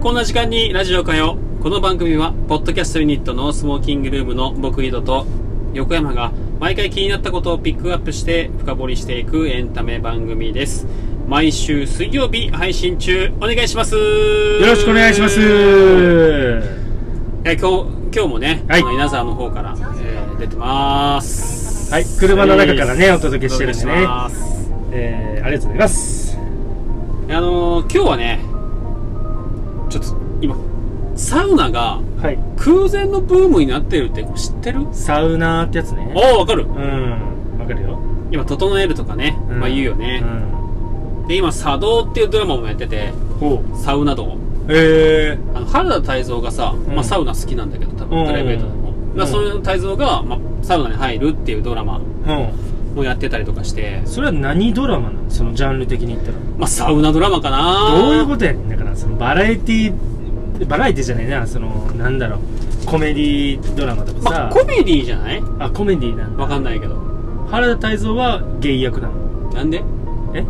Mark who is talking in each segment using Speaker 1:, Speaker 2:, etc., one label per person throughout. Speaker 1: こんな時間にラジオかよ。この番組は、ポッドキャストユニットのスモーキングルームの僕井戸と横山が毎回気になったことをピックアップして深掘りしていくエンタメ番組です。毎週水曜日配信中、お願いします。よ
Speaker 2: よろしくお願いします。は
Speaker 1: えー今日今日もね、
Speaker 2: はい
Speaker 1: あの稲沢の方から、えー出てます
Speaker 2: い、車の中からね、お届
Speaker 1: お
Speaker 2: けしてるんで
Speaker 1: 届けし
Speaker 2: ね。
Speaker 1: ます
Speaker 2: えー、ありがとうございます。
Speaker 1: あのー今日はねちょっと今サウナが
Speaker 2: はい。
Speaker 1: 空前のブームになってるって知ってる
Speaker 2: サウナーってやつね。
Speaker 1: おおわかる
Speaker 2: うん、わかるよ。
Speaker 1: 今整えるとかね、
Speaker 2: ん
Speaker 1: まあ言うよね、で今「茶道」っていうドラマもやってて
Speaker 2: うん。ほ
Speaker 1: サウナ道
Speaker 2: う。え
Speaker 1: あの原田泰造がさ、
Speaker 2: ん
Speaker 1: まあ、サウナ好きなんだけど多
Speaker 2: う
Speaker 1: 分
Speaker 2: ん
Speaker 1: プライベートでも、まあ、
Speaker 2: うん
Speaker 1: その泰造が、まあ、サウナに入るっていうドラマ
Speaker 2: ー。うん。
Speaker 1: もやってたりとかして
Speaker 2: それは何ドラマなのそのジャンル的に言ったら。
Speaker 1: まあサウナドラマかな
Speaker 2: どういうことやねんだからそのバラエティバラエティじゃないなそのなんだろうコメディドラマとか
Speaker 1: まあ
Speaker 2: さ、
Speaker 1: コメディじゃない
Speaker 2: あコメディなんだ
Speaker 1: わかんないけど
Speaker 2: 原田泰造はゲイ役なの
Speaker 1: なんで
Speaker 2: え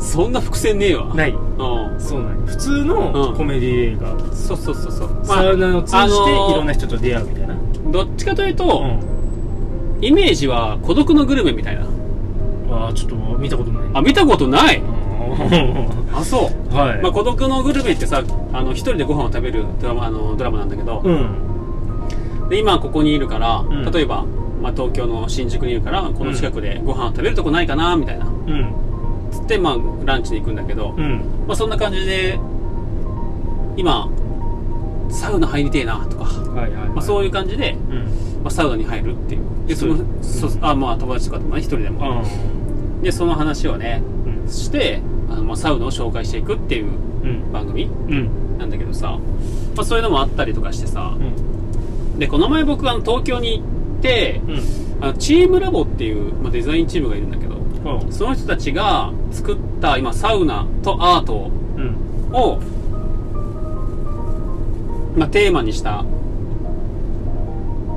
Speaker 1: そんな伏線ねえわ
Speaker 2: ないい
Speaker 1: うん
Speaker 2: そうなんや普通
Speaker 1: う
Speaker 2: の
Speaker 1: ん
Speaker 2: コメディ映画、
Speaker 1: そうそうそうそう、まあ
Speaker 2: サウナを通じていろんな
Speaker 1: あ
Speaker 2: 人と出会うみたいな、
Speaker 1: のーどっちかというと、
Speaker 2: う
Speaker 1: イメージは孤独のグルメみたいなん
Speaker 2: ああちょっと見たことない
Speaker 1: あ見たことない
Speaker 2: うん
Speaker 1: あそう、
Speaker 2: はい、
Speaker 1: まあ、孤独のグルメってさあの一人でご飯を食べるドラマあのドラマなんだけど、
Speaker 2: うん
Speaker 1: で今ここにいるから、
Speaker 2: ん
Speaker 1: 例えば、まあ、東京の新宿にいるからこの近くでご飯を食べるとこないかなみたいな
Speaker 2: うん
Speaker 1: つって、まあ、ランチに行くんだけど、
Speaker 2: うん
Speaker 1: まあ、そんな感じで今サウナ入りてえなとか、
Speaker 2: はいはい、はい
Speaker 1: まあ、そういう感じで、
Speaker 2: うん
Speaker 1: まあ、サウナに入るっていうでその
Speaker 2: そう
Speaker 1: そうあまあ友達とかでもね一人でも、
Speaker 2: あ
Speaker 1: でその話をね
Speaker 2: ーうん
Speaker 1: してあの、まあ、サウナを紹介していくっていう
Speaker 2: うん
Speaker 1: 番組
Speaker 2: うん
Speaker 1: なんだけどさ、まあ、そういうのもあったりとかしてさ
Speaker 2: うん
Speaker 1: でこの前僕あの東京に行って
Speaker 2: うん
Speaker 1: あのチームラボっていう、まあ、デザインチームがいるんだけど
Speaker 2: うん
Speaker 1: その人たちが作った今サウナとアート
Speaker 2: うん
Speaker 1: を、まあ、テーマにした、ま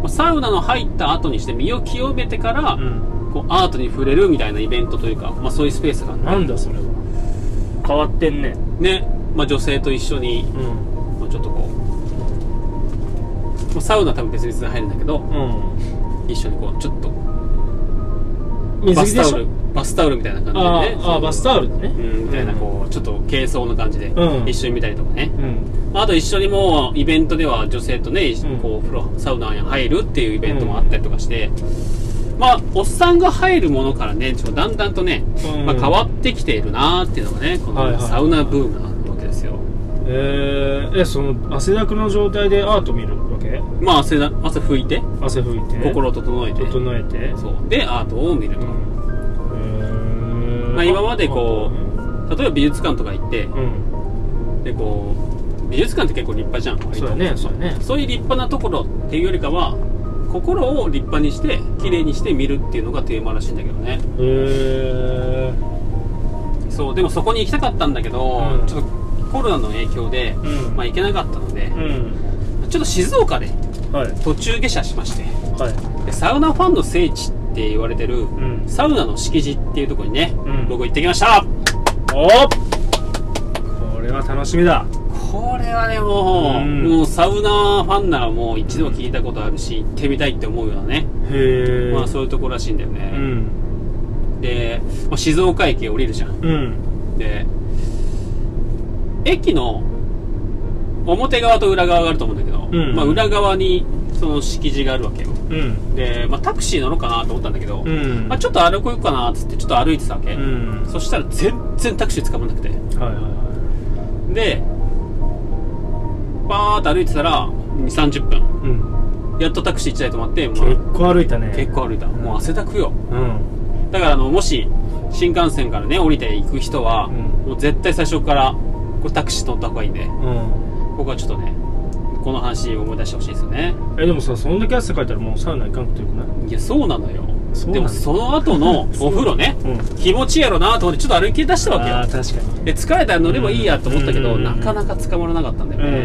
Speaker 1: あ、サウナの入った後にして身を清めてから、
Speaker 2: うん
Speaker 1: こうアートに触れるみたいなイベントというか、まあ、そういうスペースがあって
Speaker 2: なんだそれは変わってんね
Speaker 1: ね、まあ、女性と一緒に、
Speaker 2: うん
Speaker 1: まあ、ちょっとこう、まあ、サウナ多分別々で入るんだけど
Speaker 2: うん
Speaker 1: 一緒にこうちょっとバス
Speaker 2: 水着で
Speaker 1: タ
Speaker 2: し
Speaker 1: オル
Speaker 2: ょ
Speaker 1: バスタオルみたいな感じ
Speaker 2: あ
Speaker 1: でね
Speaker 2: あああバスタオルね
Speaker 1: うん、みたいなこうちょっと軽装の感じで
Speaker 2: うん
Speaker 1: 一緒に見たりとかね、
Speaker 2: うん
Speaker 1: まあ、あと一緒にもうイベントでは女性とね、
Speaker 2: ん
Speaker 1: こうお風呂サウナに入るっていうイベントもあったりとかして、まあおっさんが入るものからねちょっとだんだんとね、
Speaker 2: うん
Speaker 1: まあ、変わってきているなーっていうのがねこ
Speaker 2: はいは
Speaker 1: の
Speaker 2: い
Speaker 1: サウナブームなわけですよ、
Speaker 2: えー、えその汗だくの状態でアート見るわけ
Speaker 1: まあ汗だ汗拭いて
Speaker 2: 汗拭いて
Speaker 1: 心を整えて
Speaker 2: 整えて
Speaker 1: そうでアートを見る
Speaker 2: う
Speaker 1: と、
Speaker 2: ん
Speaker 1: まあ今までこ例えば美術館とか行って
Speaker 2: ううん
Speaker 1: でこう美術館って結構立派じゃん割と
Speaker 2: そうだねそうだね
Speaker 1: そういう立派なところっていうよりかは心を立派にして綺麗にして見るっていうのがテーマらしいんだけどね
Speaker 2: へえ
Speaker 1: そうでもそこに行きたかったんだけど、
Speaker 2: うん
Speaker 1: ちょっとコロナの影響で、
Speaker 2: うん
Speaker 1: まあ、行けなかったので、
Speaker 2: うん
Speaker 1: ちょっと静岡で
Speaker 2: はい
Speaker 1: 途中下車しまして
Speaker 2: はい
Speaker 1: でサウナファンの聖地って言われてる、
Speaker 2: ん
Speaker 1: サウナの敷地っていうところにね、
Speaker 2: うん
Speaker 1: 僕行ってきました
Speaker 2: おっこれは楽しみだ
Speaker 1: これはねもう,、
Speaker 2: うん
Speaker 1: もうサウナファンならもう一度は聞いたことあるし行ってみたいって思うようなね、
Speaker 2: へえ
Speaker 1: まあそういうところらしいんだよね、
Speaker 2: うん
Speaker 1: で、まあ、静岡駅降りるじゃん
Speaker 2: うん
Speaker 1: で駅の表側と裏側があると思うんだけど、
Speaker 2: うん
Speaker 1: まあ、裏側にその敷地があるわけよ
Speaker 2: うん
Speaker 1: で、まあ、タクシー乗ろうかなと思ったんだけど、
Speaker 2: うん
Speaker 1: まあ、ちょっと歩こうかなっつってちょっと歩いてたわけ、
Speaker 2: うん
Speaker 1: そしたら全然タクシー捕まんなくて
Speaker 2: はいはいは
Speaker 1: でバーッと歩いてたら2 3 0分
Speaker 2: いうん
Speaker 1: やっとタクシー1台止まって、まあ
Speaker 2: 結構歩いたね
Speaker 1: 結構歩いたもう汗だくよ
Speaker 2: うん
Speaker 1: だからあのもし新幹線からね降りていく人は、
Speaker 2: うん
Speaker 1: もう絶対最初からこうタクシー乗った方がいいんで
Speaker 2: うん
Speaker 1: 僕はちょっとねこの話を思い出してほしいですよね
Speaker 2: えでもさそんだけ汗かいたらもうサウナ行かなくてよくない
Speaker 1: いやそうなのよ
Speaker 2: そう
Speaker 1: で
Speaker 2: な
Speaker 1: も
Speaker 2: の
Speaker 1: その後の お風呂ね、
Speaker 2: う
Speaker 1: 気持ちいいやろなと思ってちょっと歩き出したわけよ
Speaker 2: あー確かに
Speaker 1: で疲れたら乗ればいいやと思ったけど、
Speaker 2: うん
Speaker 1: なかなか捕まらなかったんだよ
Speaker 2: うんう
Speaker 1: ね、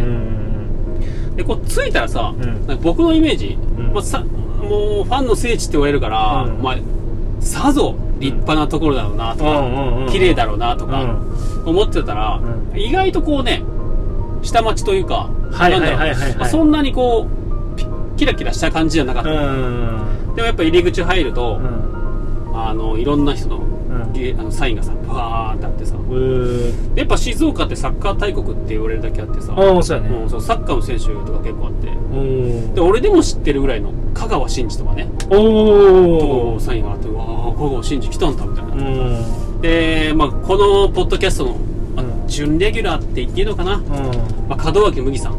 Speaker 2: ん
Speaker 1: でこう着いたらさ、
Speaker 2: うん
Speaker 1: なんか僕のイメージ、
Speaker 2: うん
Speaker 1: まあ、さもうファンの聖地って言われるから、
Speaker 2: うん
Speaker 1: まあ、さぞ立派なところだろうなと
Speaker 2: う
Speaker 1: か、
Speaker 2: んうんうん
Speaker 1: 綺麗だろうなと
Speaker 2: う
Speaker 1: か
Speaker 2: ん
Speaker 1: 思ってたら、
Speaker 2: う
Speaker 1: 意外とこうね下町というか、
Speaker 2: はい
Speaker 1: なんだろう
Speaker 2: はいはいはいはい
Speaker 1: まあそんなにこうピキラキラした感じじゃなかっ
Speaker 2: う
Speaker 1: た、
Speaker 2: ん
Speaker 1: でもやっぱ入り口入る
Speaker 2: う
Speaker 1: と、
Speaker 2: ん
Speaker 1: あのいろんな人の
Speaker 2: うん
Speaker 1: りあのサインがさバーってあってさ
Speaker 2: うー
Speaker 1: でやっぱ静岡ってサッカー大国って言われるだけあってさ、
Speaker 2: ああそうやね
Speaker 1: うん、そうサッカーの選手とか結構あって
Speaker 2: うん
Speaker 1: で俺でも知ってるぐらいの香川真司とかね
Speaker 2: おお
Speaker 1: こうサインがあってうわー香川真司来たんだみたいな、
Speaker 2: うん
Speaker 1: で、まあ、このポッドキャストの、まあ
Speaker 2: うん
Speaker 1: 準レギュラーって言っていいのかな、
Speaker 2: うん
Speaker 1: まあ、門脇麦さん、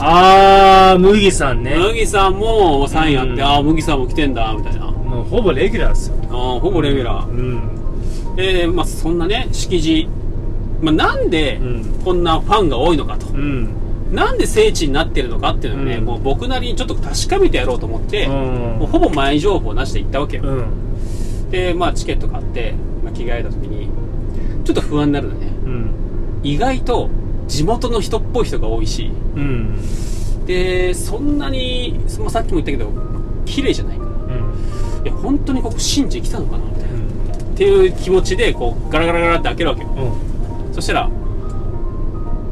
Speaker 2: あー麦さんね
Speaker 1: 麦さんもサインあって、
Speaker 2: うん
Speaker 1: ああ麦さんも来てんだみたいなあ
Speaker 2: もうほぼレギュラーですよ
Speaker 1: ーほぼレギュラー、
Speaker 2: うん
Speaker 1: で、まあ、そんなね敷地、まあ、なんで
Speaker 2: うん
Speaker 1: こんなファンが多いのかと、
Speaker 2: うん
Speaker 1: なんで聖地になってるのかっていうのをね、
Speaker 2: うん
Speaker 1: もう僕なりにちょっと確かめてやろうと思って、
Speaker 2: うん
Speaker 1: もうほぼ前情報なしで行ったわけよ、
Speaker 2: うん
Speaker 1: でまあチケット買って、まあ、着替えた時にちょっと不安になるのね
Speaker 2: うん
Speaker 1: 意外と地元の人っぽい人が多いし
Speaker 2: うん
Speaker 1: でそんなに、まあ、さっきも言ったけど綺麗じゃないから
Speaker 2: うん
Speaker 1: いや本当にここ神事来たのかなみたいなっていう気持ちでこうガラガラガラって開けるわけよそしたら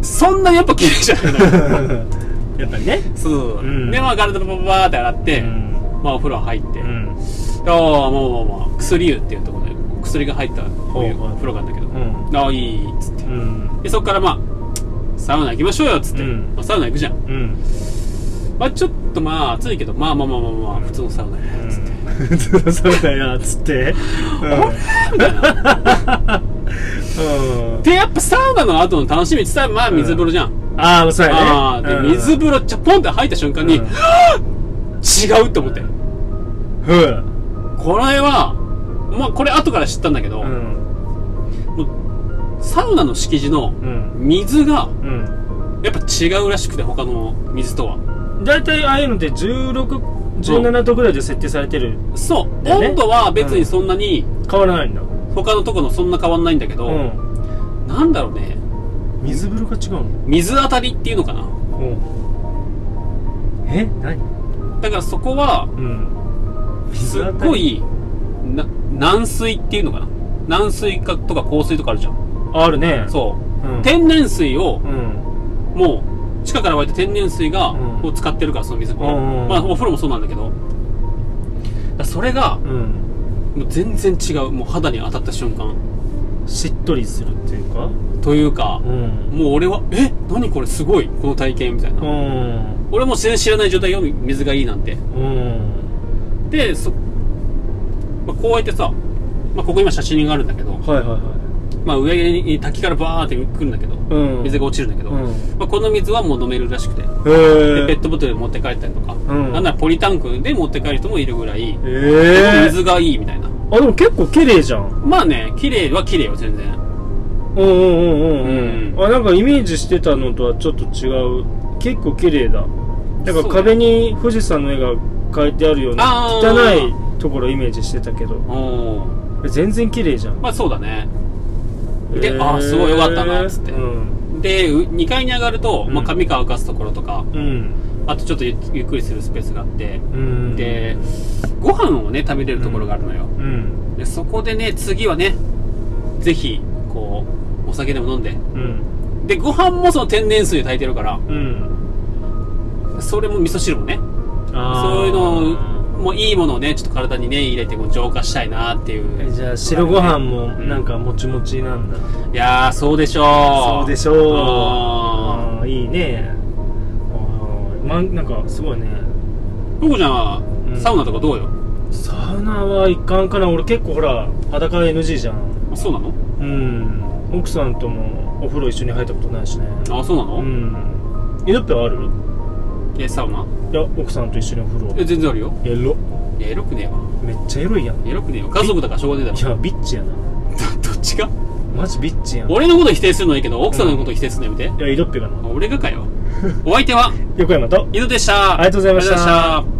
Speaker 1: そんなやっぱ綺麗じゃ ないのよ
Speaker 2: やっぱりね
Speaker 1: そう、
Speaker 2: うん
Speaker 1: でまあガラガラバババーって洗って、
Speaker 2: うん
Speaker 1: まあお風呂入って、
Speaker 2: うん
Speaker 1: ああまあまあまあ薬湯っていうところで薬が入ったお湯
Speaker 2: ほうほう
Speaker 1: お風呂があるんだけど、
Speaker 2: うん
Speaker 1: ああいいっつって
Speaker 2: うん
Speaker 1: でそっからまあサウナ行きましょうよっつって、
Speaker 2: うん
Speaker 1: まあ、サウナ行くじゃん
Speaker 2: うん
Speaker 1: まあちょっとまあ暑いけどまあまあまあまあまあ普通のサウナやつって、
Speaker 2: うんそうだよつって
Speaker 1: みたいな
Speaker 2: うん
Speaker 1: でやっぱサウナの後の楽しみってさまあ水風呂じゃん、
Speaker 2: ああそうやね
Speaker 1: ああで、
Speaker 2: うん
Speaker 1: 水風呂ちょポンって入った瞬間に、
Speaker 2: うん
Speaker 1: 違うって思って
Speaker 2: うん
Speaker 1: これはまあこれ後から知ったんだけど、
Speaker 2: うん
Speaker 1: サウナの敷地の
Speaker 2: うん
Speaker 1: 水が
Speaker 2: うん
Speaker 1: やっぱ違うらしくて他の水とは
Speaker 2: 大体ああいうのって1617度ぐらいで設定されてる
Speaker 1: そう、
Speaker 2: だよね
Speaker 1: 温度は別にそんなに
Speaker 2: 変わらないんだ
Speaker 1: 他のとこのそんな変わんないんだけど、
Speaker 2: うん
Speaker 1: なんだろうね
Speaker 2: 水風呂が違うの
Speaker 1: 水当たりっていうのかな
Speaker 2: うんえ何
Speaker 1: だからそこは
Speaker 2: うん
Speaker 1: すっ
Speaker 2: 当たり
Speaker 1: ごいな軟水っていうのかな軟水かとか硬水とかあるじゃん
Speaker 2: あるね
Speaker 1: そうう、
Speaker 2: ん
Speaker 1: 天然水を
Speaker 2: うん
Speaker 1: もう地下から湧いた天然水が、
Speaker 2: うん
Speaker 1: を使ってるからその水風呂、
Speaker 2: うんうんうん
Speaker 1: まあ、お風呂もそうなんだけどだからそれが
Speaker 2: うん
Speaker 1: もう全然違うもう肌に当たった瞬間
Speaker 2: しっとりするっていうか
Speaker 1: というか、
Speaker 2: ん
Speaker 1: もう俺は「え何これすごいこの体験」みたいな、
Speaker 2: うん
Speaker 1: 俺も全然知らない状態よ水がいいなんて
Speaker 2: うん
Speaker 1: でそ、まあ、こうやってさ、まあ、ここ今写真があるんだけど、
Speaker 2: はいはいは
Speaker 1: まあ、上に滝からバーって来るんだけど
Speaker 2: いうん
Speaker 1: 水が落ちるんだけど、
Speaker 2: うん
Speaker 1: まあ、この水はもう飲めるらしくてで
Speaker 2: へ
Speaker 1: ペットボトルで持って帰ったりとか、
Speaker 2: ん
Speaker 1: なんならポリタンクで持って帰る人もいるぐらい、
Speaker 2: ええ
Speaker 1: 水がいいみたいな
Speaker 2: あでも結構綺麗じゃん
Speaker 1: まあね綺麗は綺麗よ全然
Speaker 2: うんうんうんうん、
Speaker 1: うん
Speaker 2: うん、あなんかイメージしてたのとはちょっと違う結構綺麗だだか
Speaker 1: そ
Speaker 2: ら
Speaker 1: う
Speaker 2: 壁に富士山の絵が描いてあるような
Speaker 1: あー
Speaker 2: 汚いところイメージしてたけど
Speaker 1: おー
Speaker 2: 全然綺麗じゃん
Speaker 1: まあそうだねで
Speaker 2: へー
Speaker 1: あーすごい良かったなっつって
Speaker 2: うん
Speaker 1: で2階に上がると、まあ、
Speaker 2: うん
Speaker 1: 髪乾かすところとか、
Speaker 2: うん
Speaker 1: あとちょっとゆゆっくりするスペースがあって
Speaker 2: うん
Speaker 1: でご飯をね食べれるところがあるのよ、
Speaker 2: うん
Speaker 1: でそこでね次はねぜひこうお酒でも飲んで
Speaker 2: うん
Speaker 1: でご飯もその天然水で炊いてるから
Speaker 2: うん
Speaker 1: それも味噌汁もね
Speaker 2: あー
Speaker 1: そういうのもういいものをねちょっと体にね入れてこう浄化したいなっていう
Speaker 2: じゃあ白ご飯もなんかもちもちなんだ、
Speaker 1: いやーそうでしょう
Speaker 2: そうでしょう
Speaker 1: あ
Speaker 2: あーいいねあー、ま、なんかすごいね
Speaker 1: ーふうこちゃんは
Speaker 2: うん
Speaker 1: サウナとかどうよ、
Speaker 2: サウナはいかんかな俺結構ほら裸 NG じゃん
Speaker 1: あそうなの
Speaker 2: うん奥さんともお風呂一緒に入ったことないしね
Speaker 1: あそうなの、
Speaker 2: うん犬っぺはある
Speaker 1: えサウナ
Speaker 2: いや奥さんと一緒にお風
Speaker 1: え
Speaker 2: 呂
Speaker 1: 全然あるよ
Speaker 2: エロ
Speaker 1: いやエロくねえわ
Speaker 2: めっちゃエロいやんい
Speaker 1: エロくねえよ家族だからしょうがねえだ
Speaker 2: やビッチやな
Speaker 1: ろどっちが
Speaker 2: マジビッチやんい
Speaker 1: 俺のこと否定するのはいいけど奥さんのこと否定するのやめて、
Speaker 2: や犬っぺがな
Speaker 1: 俺がかよお相手は
Speaker 2: 横山と
Speaker 1: 井戸でした
Speaker 2: ありがとうございました
Speaker 1: ありがとうございました